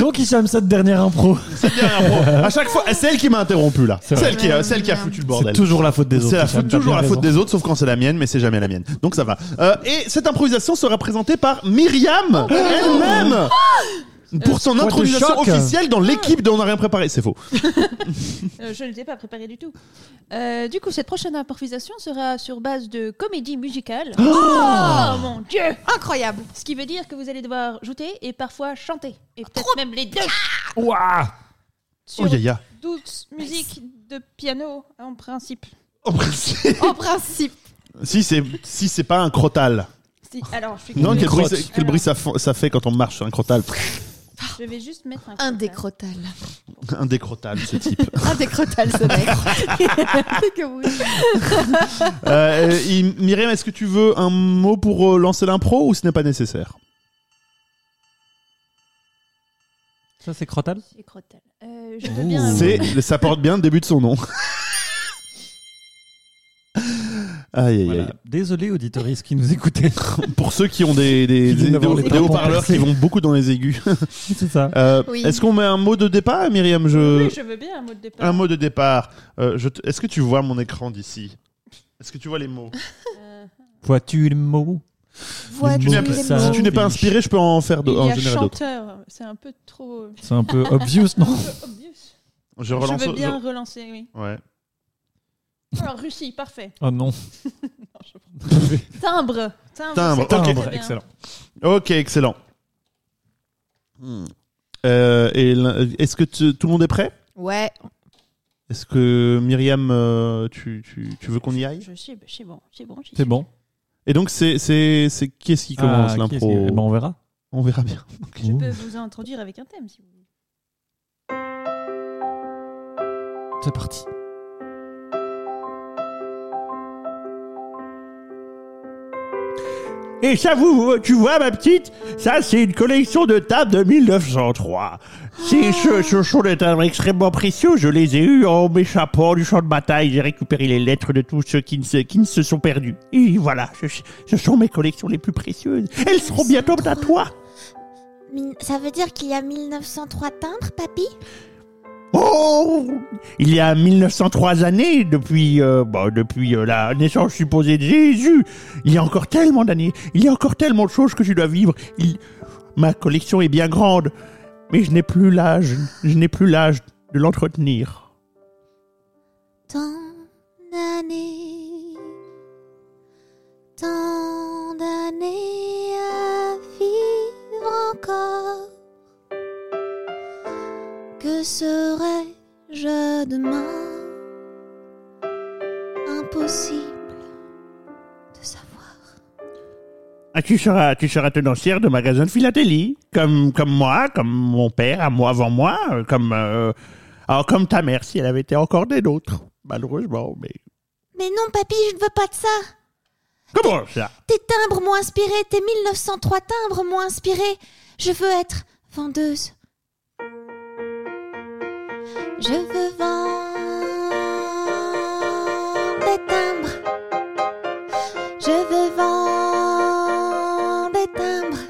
S6: Donc, Hicham, cette dernière impro,
S1: Cette dernière impro. À chaque fois, c'est elle qui m'a interrompu là.
S6: C'est
S1: C'est
S6: vrai.
S1: elle qui, a- c'est elle qui a foutu le
S6: c'est
S1: bordel.
S6: toujours la faute des autres.
S1: C'est la
S6: Hicham,
S1: faute-
S6: t'as
S1: toujours
S6: bien
S1: la faute
S6: raison.
S1: des autres, sauf quand c'est la mienne, mais c'est jamais la mienne. Donc ça va. Euh, et cette improvisation sera présentée par Myriam elle-même pour son
S6: Quoi,
S1: introduction
S6: te choque
S1: officielle dans l'équipe dont on n'a rien préparé. C'est faux.
S4: Euh, je ne l'ai pas préparé du tout. Euh, du coup, cette prochaine improvisation sera sur base de comédie musicale. Oh, mon dieu
S3: Incroyable.
S4: Ce qui veut dire que vous allez devoir jouer et parfois chanter. Et peut-être même les deux
S6: Ouah
S1: Oh
S4: sur
S1: yaya.
S4: 12 musiques de piano en principe.
S1: Oh, En principe-
S3: En principe.
S1: si c'est si c'est pas un crotal.
S4: Si, alors, je suis
S7: Non, quel bruit,
S4: curieuse.
S7: c'est- quel bruit ça, fa- ça fait quand on marche sur un crotal
S4: Je vais juste mettre un.
S3: Un
S4: décroc.
S3: décrotal.
S7: Un décrotal, ce type.
S3: Un décrotal, ce mec. C'est que oui.
S7: Euh, euh, il- Myriam, est-ce que tu veux un mot pour euh, lancer l'impro ou ce n'est pas nécessaire
S6: Ça, c'est crotal
S4: C'est crotal. Euh, je veux
S1: Oh.
S4: bien.
S7: C'est, ça porte bien le début de son nom. Aïe, aïe, aïe.
S6: Voilà. Désolé, auditoristes qui nous écoutaient.
S7: Pour ceux qui ont des, des,
S6: Qui viennent
S7: des-
S6: d'avoir
S7: des-
S6: les
S7: des
S6: tympans
S7: haut-parleurs qui
S6: percés.
S7: vont beaucoup dans les aigus.
S6: c'est ça.
S7: Euh,
S3: Oui.
S7: Est-ce qu'on met un mot de départ, Myriam je...
S1: euh,
S4: Oui, je veux bien un mot de départ.
S7: Un mot de départ. Euh, je te- Est-ce que tu vois mon écran d'ici Est-ce que tu vois les mots
S4: Euh,
S6: Vois-tu le mot
S7: Tu
S6: Vois-tu
S7: n'es
S6: les
S7: pas-
S6: mots
S7: Si tu n'es pas inspiré, je peux en faire
S4: il
S7: do-
S4: y
S7: en
S4: a
S7: générer d'autres.
S4: chanteur. C'est un peu trop. un
S6: C'est un peu obvious, non
S4: peu obvious.
S7: Je
S4: Je
S7: relance.
S4: veux bien relancer, oui.
S7: je- Ouais.
S4: Alors, Russie, parfait.
S6: Oh non.
S4: Timbre. Timbre.
S7: Timbre,
S6: Ah,
S4: c'est très,
S7: ok.
S4: très bien.
S6: excellent.
S7: Ok, excellent. Hmm. Euh, et l'un- est-ce que tu- tout le monde est prêt
S3: Ouais.
S7: Est-ce que Myriam, euh, tu, tu- tu veux qu'on y aille
S4: Je sais, bah, c'est bon, c'est bon. j'y
S6: C'est
S4: suis.
S6: bon.
S7: Et donc, c'est c'est c'est qui est-ce qui commence
S6: Ah, qui est-ce qui-
S7: l'impro
S6: Eh ben, on verra.
S7: On verra bien.
S4: Je peux vous introduire avec un thème si vous voulez.
S6: C'est parti.
S1: Et ça, vous, vous- tu vois, ma petite, ça, c'est une collection de tables de 1903. Ces- Ce, ce sont des timbres extrêmement précieux. Je les ai eus en m'échappant du champ de bataille. J'ai récupéré les lettres de tous ceux qui ne se, qui ne se sont perdus. Et voilà, ce, ce sont mes collections les plus précieuses. Elles seront bientôt à toi.
S5: Mille- Ça veut dire qu'il y a 1903 timbres, papy
S1: Oh Il y a 1903 années, depuis, euh, bah, depuis euh, la naissance supposée de Jésus, il y a encore tellement d'années, il y a encore tellement de choses que je dois vivre. Il- Ma collection est bien grande, mais je n'ai plus l'âge, je n'ai plus l'âge de l'entretenir.
S5: Tant d'années, tant d'années à vivre encore. Que serai-je demain Impossible de savoir.
S1: Ah, tu seras, tu seras tenancière de magasin de philatélie, comme, comme moi, comme mon père, à moi avant moi, euh, comme, euh, alors comme ta mère si elle avait été encore des nôtres, malheureusement. Mais
S5: Mais non, papy, je ne veux pas de ça.
S1: comment ça
S5: Tes timbres m'ont inspiré, tes 1903 timbres m'ont inspiré. Je veux être vendeuse. Je veux vendre des timbres. Je veux vendre des timbres.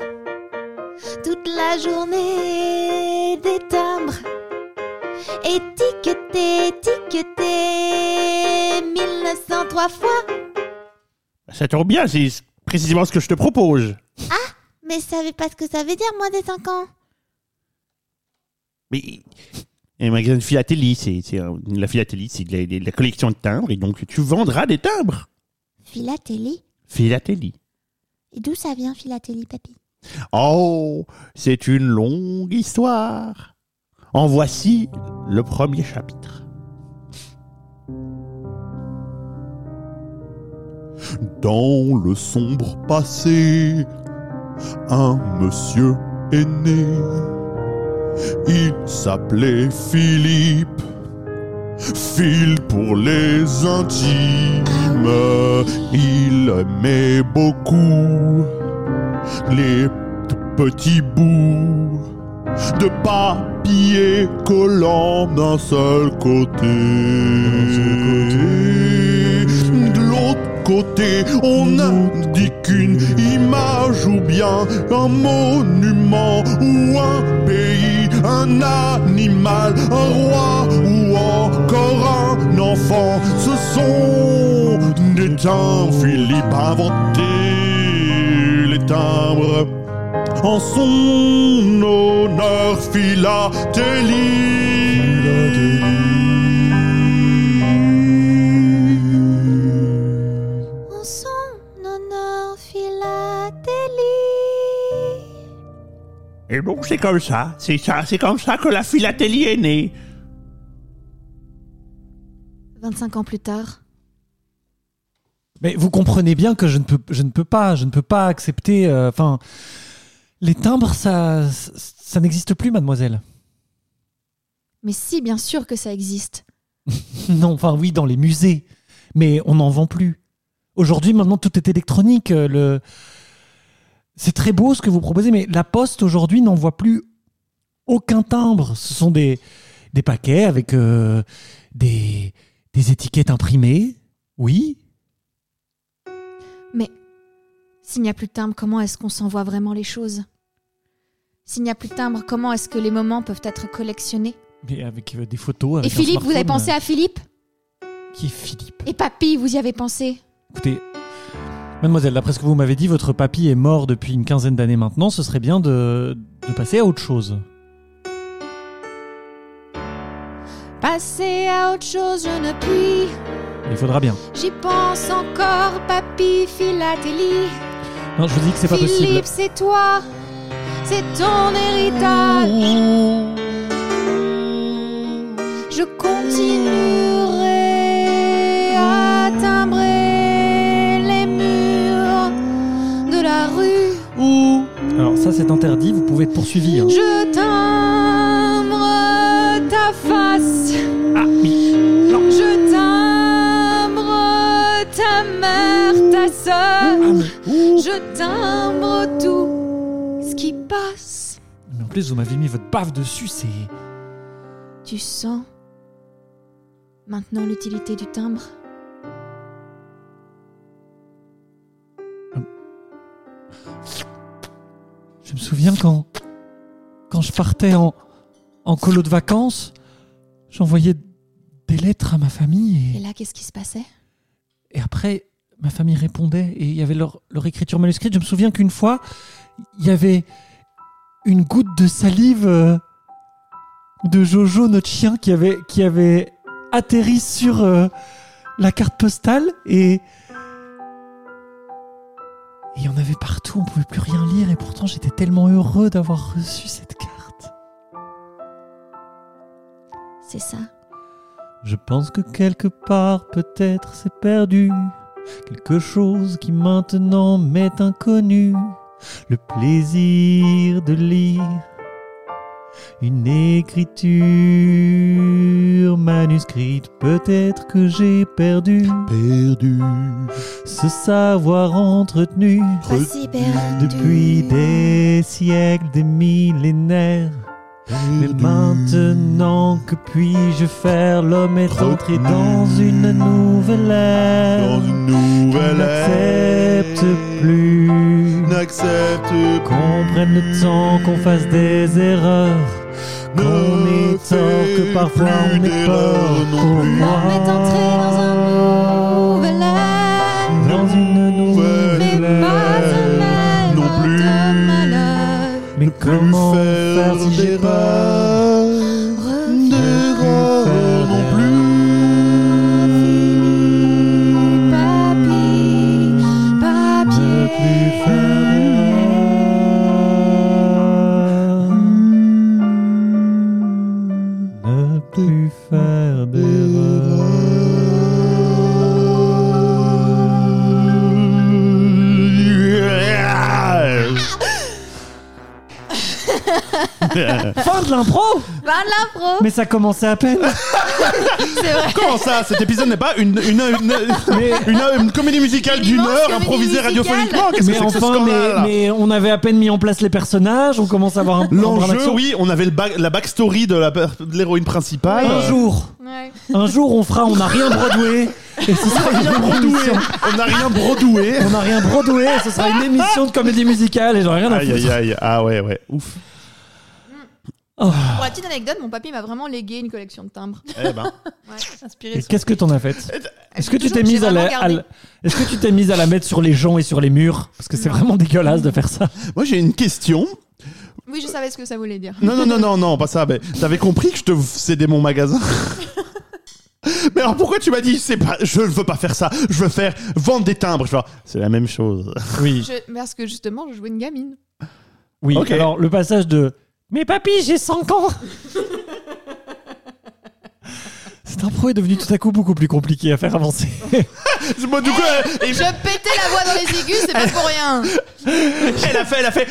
S5: Toute la journée des timbres. Étiqueter, étiqueter 1903 fois.
S1: Ben, Ça tombe bien, c'est précisément ce que je te propose.
S5: Mais je savais pas ce que ça veut dire, moi, des 5 ans.
S1: Mais un magasin de philatélie, c'est c'est un- la philatélie, c'est de la, de la collection de timbres, et donc tu vendras des timbres.
S5: Philatélie
S1: Philatélie.
S5: Et d'où ça vient, philatélie, papy
S1: Oh, c'est une longue histoire. En voici le premier chapitre.
S8: Dans le sombre passé, un monsieur est né. Il s'appelait Philippe. Phil pour les intimes, il aimait beaucoup les tout petits bouts de papier collant d'un seul côté. De l'autre côté, on indique une image ou bien un monument ou un pays, un animal, un roi ou encore un enfant. Ce sont des timbres, Philippe a inventé les timbres. En son honneur, philatélie.
S5: En son honneur, philatélie.
S1: Et donc c'est comme ça, c'est ça, c'est comme ça que la philatélie est née.
S3: 25 ans plus tard,
S6: Mais vous comprenez bien que je ne peux, je ne peux pas, je ne peux pas accepter. euh, Enfin, les timbres, ça, ça, ça n'existe plus, mademoiselle.
S3: Mais si, bien sûr que ça existe.
S6: Non, enfin oui, dans les musées, mais on n'en vend plus. Aujourd'hui, maintenant, tout est électronique. euh, Le... C'est très beau ce que vous proposez, mais la Poste aujourd'hui n'envoie plus aucun timbre. Ce sont des, des paquets avec euh, des... des étiquettes imprimées. Oui,
S3: Mais s'il n'y a plus de timbre, comment est-ce qu'on s'envoie vraiment les choses S'il n'y a plus de timbre, comment est-ce que les moments peuvent être collectionnés
S6: mais avec euh, des
S3: Et
S6: photos. Avec un
S3: Philippe, vous avez
S6: smartphone.
S3: pensé à Philippe
S6: Qui est Philippe
S3: Et Papy, vous y avez pensé
S6: Écoutez, mademoiselle, d'après ce que vous m'avez dit, votre papy est mort depuis une quinzaine d'années maintenant. Ce serait bien de, de passer à autre chose.
S3: Passer à autre chose, je ne puis.
S6: Il faudra bien.
S3: J'y pense encore, papy, philatélie.
S6: Non, je vous dis que c'est pas possible.
S3: Philippe, c'est toi, c'est ton héritage. Je continuerai à timbrer les murs de la rue.
S6: Alors ça c'est interdit, vous pouvez être poursuivi. hein.
S3: Je timbre ta face.
S6: Ah,
S3: Je timbre ta mère, ta
S6: Ah,
S3: sœur. Je timbre tout ce qui passe.
S6: Mais en plus vous m'avez mis votre baffe dessus, c'est...
S3: Tu sens maintenant l'utilité du timbre
S6: Je me souviens quand... Quand je partais en... En colo de vacances, j'envoyais des lettres à ma
S3: Et
S6: famille
S3: là, qu'est-ce qui se passait
S6: et, et après ma famille répondait et il y avait leur, leur écriture manuscrite. Je me souviens qu'une fois, il y avait une goutte de salive euh, de Jojo, notre chien, qui avait, qui avait atterri sur euh, la carte postale et. et Il y en avait partout, on pouvait plus rien lire et pourtant j'étais tellement heureux d'avoir reçu cette carte.
S3: C'est ça.
S6: Je pense que quelque part peut-être c'est perdu. Quelque chose qui maintenant m'est inconnu. Le plaisir de lire une écriture manuscrite. Peut-être que j'ai perdu
S9: Perdu.
S6: ce savoir entretenu
S3: Pas si perdu.
S6: depuis des siècles, des millénaires. Mais
S9: perdu.
S6: maintenant, que puis-je faire L'homme est entré dans une nouvelle ère.
S9: Dans une
S6: Il
S9: nouvelle ère.
S6: N'accepte plus
S9: N'accepte
S6: qu'on prenne le temps, qu'on fasse des erreurs. Qu'on
S9: Ne
S6: ait tort, que
S9: fais
S6: parfois
S9: plus
S6: on ait peur.
S9: d'erreurs non
S6: Pour
S9: plus.
S6: moi,
S3: On est entré dans un nouvel ère,
S6: dans une
S3: mais
S6: nouvelle
S3: pas un
S6: ère.
S3: ère
S9: Non
S3: de
S9: plus.
S3: malheur.
S6: Mais comment faire si j'ai peur
S9: d'erreurs
S6: faire d'erreurs.
S9: non
S3: Fini, papy,
S6: Ne plus
S3: papier.
S6: faire d'erreur. Ne plus faire d'erreur. Fin de l'impro
S3: Bah là, pro.
S6: Mais ça commençait à peine
S1: Comment ça Cet épisode n'est pas une, une, une, une, une comédie musicale
S3: Une
S1: d'une
S3: immense
S1: heure
S3: comédie
S1: improvisée
S3: musicale.
S1: radiophoniquement Qu'est-ce que
S6: Mais
S1: c'est que ce
S6: enfin, mais,
S1: scandale
S6: mais on avait à peine mis en place les personnages, on commence à avoir un un brin
S1: L'enjeu,
S6: d'action.
S1: oui, on avait le back- la backstory de la- de l'héroïne principale.
S6: Un jour, un jour on fera, on n'a rien Broadway, et ce sera une
S1: Brodoué.
S6: émission.
S1: On n'a rien brodoué.
S6: On n'a rien Broadway, et ce sera une émission de comédie musicale, et j'en ai rien à
S1: Aïe, aïe,
S6: foutre.
S1: aïe. Ah ouais, ouais. Ouf.
S3: Pour la petite anecdote, mon papy m'a vraiment légué une collection de timbres.
S1: Eh ben.
S4: Inspiré.
S6: Et qu'est-ce que t'en as
S5: Euh,
S6: fait Est-ce que tu
S3: Toujours,
S6: t'es
S3: j'ai
S6: mise à la,
S3: vraiment
S6: à
S3: gardé.
S6: la- est-ce que tu t'es mise à la mettre sur les gens et sur les murs Parce que c'est vraiment dégueulasse de faire ça.
S1: Moi, j'ai une question.
S3: Oui, je savais ce que ça voulait dire.
S1: Non, non, non, non, non, pas ça. Mais t'avais compris que je te cédais mon magasin Mais alors pourquoi tu m'as dit c'est pas, je ne veux pas faire ça, je veux faire vendre des timbres. Je fais, c'est la même chose.
S6: Oui.
S3: Je- Parce que justement, je jouais une gamine.
S6: Oui.
S1: Ok.
S6: Alors le passage de Mais papy, j'ai 5 ans. Cette impro est devenue tout à coup beaucoup plus compliquée à faire avancer.
S1: Bon, du coup, elle,
S3: Je pétais la voix dans les aigus, c'est pas pour rien.
S1: elle a fait, elle a fait.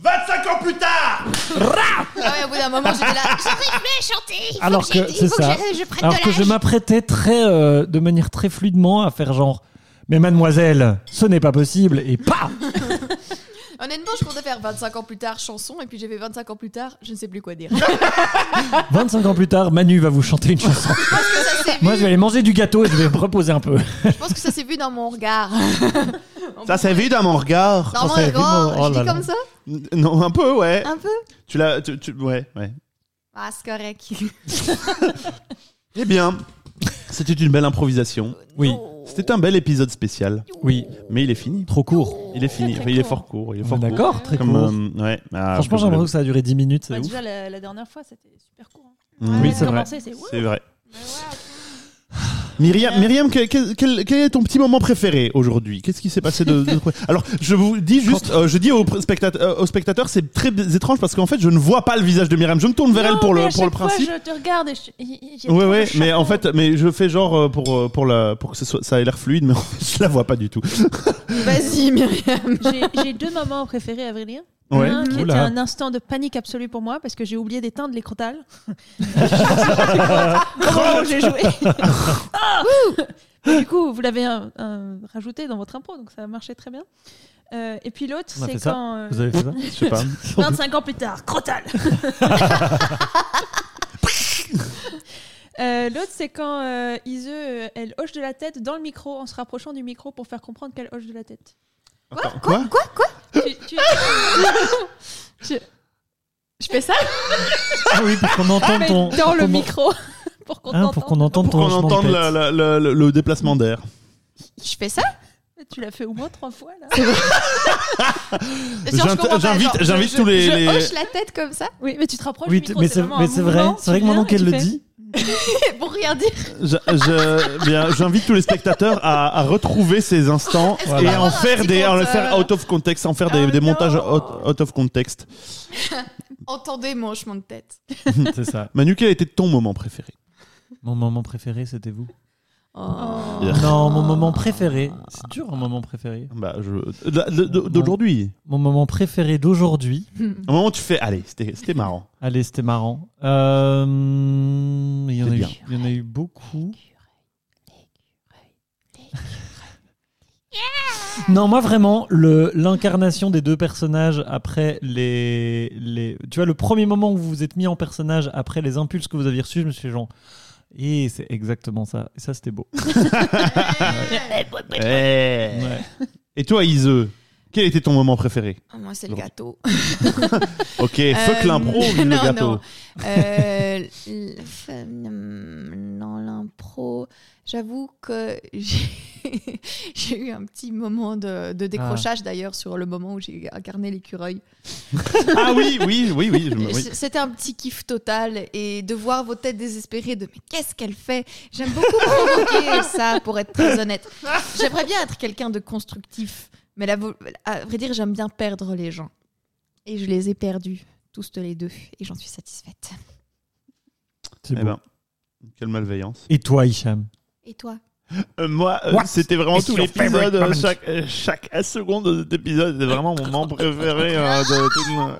S1: 25 ans plus tard
S3: Ah ouais, au bout d'un moment, j'étais là.
S5: J'arrive plus à chanter. Il faut
S6: Alors
S5: que, j'ai-
S6: que-
S5: il
S6: c'est
S5: faut que
S6: ça.
S5: je, je prenne
S6: Alors
S5: de
S6: que je
S5: l'âge.
S6: m'apprêtais très, euh, de manière très fluidement à faire genre. Mais mademoiselle, ce n'est pas possible et pas.
S3: Honnêtement, je comptais faire 25 ans plus tard chanson, et puis j'ai fait 25 ans plus tard, je ne sais plus quoi dire.
S6: 25 ans plus tard, Manu va vous chanter une chanson.
S3: Parce que ça s'est
S6: Moi, je
S3: vu.
S6: vais aller manger du gâteau et je vais me reposer un peu.
S3: Je pense que ça s'est vu dans mon regard.
S1: Ça, c'est vu dans mon regard.
S3: Dans mon
S6: ça s'est vu,
S3: regard,
S6: mon- oh
S3: je
S6: là
S3: dis
S6: là.
S3: comme ça
S1: Non, un peu, ouais.
S3: Un peu
S1: Tu l'as. Tu, tu- ouais, ouais.
S3: Ah, c'est correct.
S1: Eh bien, c'était une belle improvisation.
S6: Oui.
S1: C'était un bel épisode spécial.
S6: Oui,
S1: Mais il est fini.
S6: trop court.
S1: Il est fini.
S4: Très, très
S1: Enfin, il est
S4: court.
S1: fort court. Il est
S6: On est
S1: fort court.
S6: D'accord, très
S1: Comme,
S6: court.
S1: euh, ouais. Ah,
S6: Franchement,
S1: comme
S6: j'ai l'impression que ça a duré 10 minutes. c'est
S4: Bah,
S6: ouf.
S4: déjà, la, la dernière fois, c'était super court.
S1: vous
S4: hein.
S1: voulez.
S6: Oui,
S4: Ouais,
S6: c'est vrai.
S4: commencer, c'est-
S1: C'est vrai.
S4: Bah
S1: Myriam, Myriam quel, quel- quel- quel est ton petit moment préféré aujourd'hui Qu'est-ce qui s'est passé de, de- Alors, je vous dis juste, euh, je dis aux pr- spectate- euh, aux spectateurs, c'est très b- étrange parce qu'en fait, je ne vois pas le visage de Myriam. Je me tourne vers
S4: Non,
S1: elle pour
S4: mais
S1: le
S4: à
S1: pour le
S4: chaque fois,
S1: principe.
S4: je te regarde et je- et- et j'ai
S1: Oui,
S4: trop
S1: oui,
S4: le
S1: mais en
S4: chapeau.
S1: fait, mais je fais genre euh, pour euh, pour la pour que ce soit, ça ait l'air fluide, mais en fait, je la vois pas du tout.
S3: Vas-y, Myriam.
S4: J'ai- j'ai deux moments préférés à vrai dire.
S1: Ouais.
S4: Un qui
S6: Oula.
S4: était un instant de panique absolue pour moi parce que j'ai oublié d'éteindre les crotales. Oh, j'ai joué. Ah Mais du coup, vous l'avez euh, euh, rajouté dans votre impro, donc ça a marché très bien. Euh, et puis l'autre,
S6: On a fait
S4: c'est
S6: ça
S4: quand euh,
S6: Vous avez fait ça
S1: Je sais pas.
S4: 25 ans plus tard, crotal Euh, L'autre, c'est quand euh, Ise, euh, elle hoche de la tête dans le micro en se rapprochant du micro pour faire comprendre qu'elle hoche de la tête.
S1: Quoi Quoi,
S4: Tu- tu-
S3: Je fais ça
S6: Ah oui, pour qu'on entende
S4: Mais
S6: ton.
S4: dans le
S6: ton-
S4: micro pour qu'on
S6: Hein,
S4: t'entende.
S6: pour qu'on entende
S1: Pour
S6: ton
S1: qu'on
S6: hochement de
S1: entende
S6: tête.
S1: la- la- la- le, le déplacement d'air.
S3: Je fais ça
S4: Tu l'as fait au moins trois fois là.
S3: Genre, je
S1: J'invite-
S3: comprends pas,
S1: j'invite-
S3: genre, je-
S1: j'invite
S3: je-
S1: tous les-
S3: Je
S1: les-
S3: hoche la tête comme ça
S4: Oui, mais tu te rapproches
S6: Oui,
S4: du micro.
S6: mais c'est
S4: vraiment
S6: mais
S4: un
S6: c'est vrai,
S4: mouvement,
S6: c'est vrai
S4: tu
S6: que maintenant
S4: viens et
S6: qu'elle
S4: tu
S6: le
S4: fais-
S6: dit,
S3: pour rien dire.
S1: Je- je- bien, J'invite tous les spectateurs à, à retrouver ces instants
S3: Est-ce qu'on
S1: et
S3: va
S1: à en
S3: avoir un
S1: faire
S3: petit
S1: des, à en
S3: compte,
S1: faire
S3: euh,
S1: out of context, en faire des,
S4: Ah,
S1: des
S4: non.
S1: montages out, out of context.
S3: Entendez mon hochement de tête.
S6: c'est ça.
S1: Manu, quel était ton moment préféré
S6: Mon moment préféré, c'était vous.
S3: Oh.
S6: Non,
S4: Ah.
S6: mon moment préféré, c'est dur un moment préféré.
S1: Bah, je- de- de- de- d'aujourd'hui.
S6: Mon moment préféré d'aujourd'hui,
S1: Au moment où tu fais, allez, c'était c'était marrant.
S6: allez, c'était marrant. Euh, il, y en a
S1: C'est
S6: eu,
S1: bien.
S6: il y en a eu beaucoup. Non, moi vraiment, le- l'incarnation des deux personnages après les, les. Tu vois, le premier moment où vous vous êtes mis en personnage après les impulses que vous aviez reçus, je me suis fait genre. Et c'est exactement ça. Et ça, c'était beau.
S1: Ouais. Et toi, Ise, quel était ton moment préféré
S3: Oh, Moi, c'est le
S1: Bon.
S3: gâteau.
S1: Ok, fuck
S3: Euh,
S1: l'impro, vive le
S3: non,
S1: gâteau.
S3: non. Euh, l- f- hum, non, l'impro, j'avoue que j'ai j'ai eu un petit moment de, de décrochage d'ailleurs sur le moment où j'ai incarné l'écureuil.
S1: Ah oui, oui, oui, oui. je me- oui.
S3: C- C'était un petit kiff total et de voir vos têtes désespérées de mais qu'est-ce qu'elle fait J'aime beaucoup provoquer ça pour être très honnête. J'aimerais bien être quelqu'un de constructif, mais la vo- à vrai dire, j'aime bien perdre les gens. Et je les ai perdus, tous les deux, et j'en suis satisfaite.
S6: C'est
S1: Eh
S6: beau.
S1: ben, quelle malveillance.
S6: Et toi, Hicham
S3: Et toi
S1: Euh, moi, euh,
S6: What
S1: c'était vraiment
S6: is
S1: tout
S6: your
S1: l'épisode,
S6: favorite
S1: euh,
S6: moment
S1: chaque, euh, chaque seconde de cet épisode, c'était vraiment mon moment préféré euh, de tout le monde.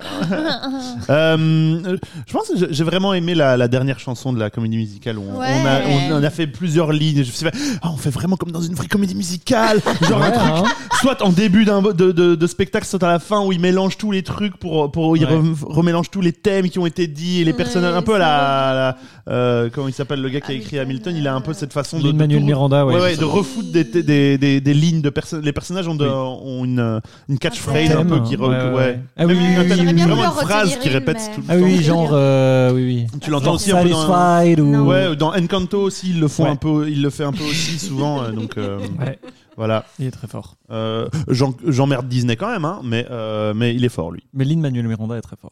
S1: Euh, je pense que j'ai- j'ai vraiment aimé la, la dernière chanson de la comédie musicale. où on,
S3: Ouais.
S1: on a, on en a fait plusieurs lignes. Je me suis fait, ah, on fait vraiment comme dans une vraie comédie musicale. Genre un
S6: Ouais,
S1: truc
S6: hein
S1: soit en début d'un de, de, de spectacle, soit à la fin où ils mélangent tous les trucs pour pour ils
S6: Ouais.
S1: rem- remélangent tous les thèmes qui ont été dits et les personnages. un peu à la, à la- euh, comment il s'appelle le gars qui a écrit Hamilton, il a un peu cette façon de, de
S6: Lin-Manuel
S1: tout-
S6: Miranda, ouais.
S1: Ouais, ouais, de refoutre des, des, des, des- des lignes de personnes. Les personnages ont, de-
S6: Oui.
S1: ont une, euh, une catchphrase un
S6: Thème,
S1: peu qui. re-
S6: Ah, ouais,
S1: ouais.
S6: ouais. Ah oui,
S1: Même
S6: oui,
S1: une-
S6: oui,
S1: vraiment
S6: oui, oui.
S1: une phrase qui
S3: Mais-
S1: répète tout le
S6: Ah oui,
S1: temps.
S6: genre. euh, oui, oui.
S1: Tu l'entends aussi un peu dans.
S6: Satisfied ou.
S1: Ouais, dans Encanto aussi, ils le font
S6: Ouais.
S1: un peu, il le fait un peu aussi souvent, euh, donc euh,
S6: Ouais,
S1: voilà.
S6: il est très fort.
S1: Euh, j'en- J'emmerde Disney quand même, hein, mais euh, mais il est fort lui.
S6: Mais Lynn Manuel Miranda est très fort.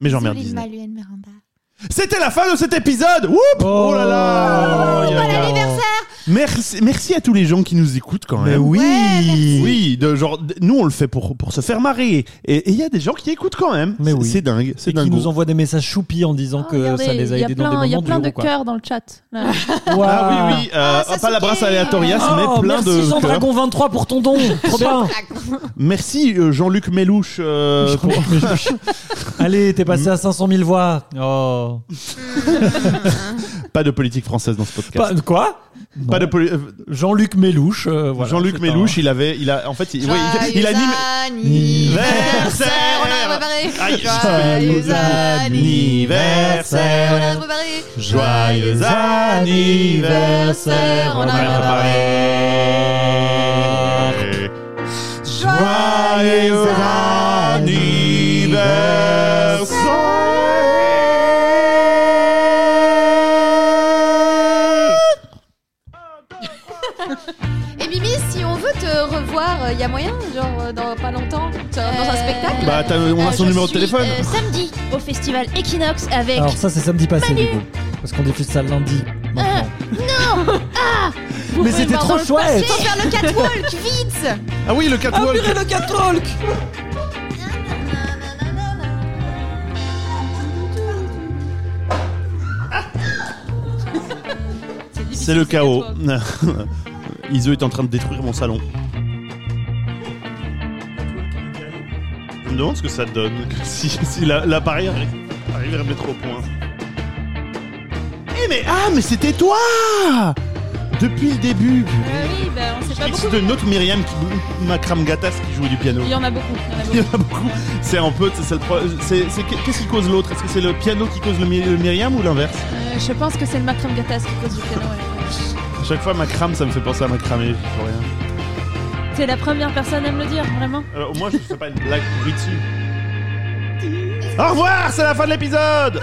S1: Mais j'emmerde
S3: Solide
S1: Disney.
S3: Maluel Miranda.
S1: C'était la fin de cet épisode. Woup oh, là là.
S6: Oh,
S1: Il y a-
S6: anniversaire
S1: Merci, merci à tous les gens qui nous écoutent quand même.
S6: oui.
S1: Oui, de genre, d- nous on le fait pour, pour se faire marrer. Et et il y a des gens qui écoutent quand même.
S6: Mais
S1: C'est-
S6: oui.
S1: C'est dingue, c'est
S6: Et qui
S1: dingue.
S6: nous envoie des messages choupis en disant
S4: Ah,
S6: que
S4: regardez,
S6: euh, ça les a
S4: il y
S6: aidés
S4: plein-
S6: dans des
S4: Il y a
S6: moments
S4: plein
S6: durs.
S4: de
S6: ou quoi.
S4: cœurs dans le chat. là.
S1: Ah oui, oui, euh,
S3: Ah,
S1: pas la brasse
S3: Sasuke.
S1: aléatorias, mais
S6: Oh,
S1: plein
S6: merci
S1: de.
S6: Jean
S1: cœurs.
S6: Dragon 23 pour ton don. Trop bien.
S1: Merci euh, Jean-Luc Mélouche. euh, Hmm. pour-
S6: Allez, t'es passé à 500 000 voix. Oh.
S1: Pas de politique française dans ce podcast.
S6: Pas, quoi
S1: Pas de poli- euh,
S6: Jean-Luc Mélouche. euh, voilà,
S1: Jean-Luc
S6: c'est
S1: Mélouche, il avait, il a, en fait, il, ouais, il- il
S3: Joyeux
S1: anime.
S3: anniversaire, on a préparé.
S1: Aïe.
S3: Joyeux anniversaire, Euh, on a préparé.
S1: Joyeux anniversaire,
S3: on a
S1: préparé. Joyeux anniversaire.
S3: Et Mimi, si on veut te revoir, il y a moyen, genre euh, dans pas longtemps, dans un
S4: Euh,
S3: spectacle
S1: Bah, t'as- on a
S4: Euh,
S1: son
S4: je
S1: un numéro de
S4: suis,
S1: téléphone.
S4: euh, samedi au festival Equinox
S6: un-
S4: avec.
S6: Alors ça, c'est samedi passé du coup. Parce qu'on diffuse ça lundi. maintenant.
S3: Euh, Vous
S6: Mais
S3: pouvez
S6: c'était
S3: me voir
S6: trop
S3: dans le
S6: chouette.
S3: passé. Faut faire le catwalk, vite
S1: Ah oui, le catwalk.
S2: le catwalk
S1: C'est le chaos.
S4: Euh,
S1: Iso est en train de détruire mon salon. Je me demande ce que ça donne si, si la- l'appareil arrive, arrive à mettre au point. Eh mais ah mais c'était toi depuis le début.
S4: Euh, oui, bah, on sait pas beaucoup.
S1: X de notre Myriam qui Makram Gatas qui joue du piano.
S4: Il y en a beaucoup. il
S1: Il
S4: y en a
S1: y
S4: beaucoup.
S1: en a beaucoup. C'est un peu c'est ça le pro- c'est- c'est- qu'est-ce qui cause l'autre Est-ce que c'est le piano qui cause le, My- le Myriam ou l'inverse
S4: Euh, je pense que c'est le Macron Gatas qui cause du piano. ouais.
S1: À chaque fois Makram ça me fait penser à Makramé pour rien.
S4: T'es la première personne à me le dire, vraiment.
S1: Alors, au moins, je ne fais pas une blague pourrie dessus. Au revoir, c'est la fin de l'épisode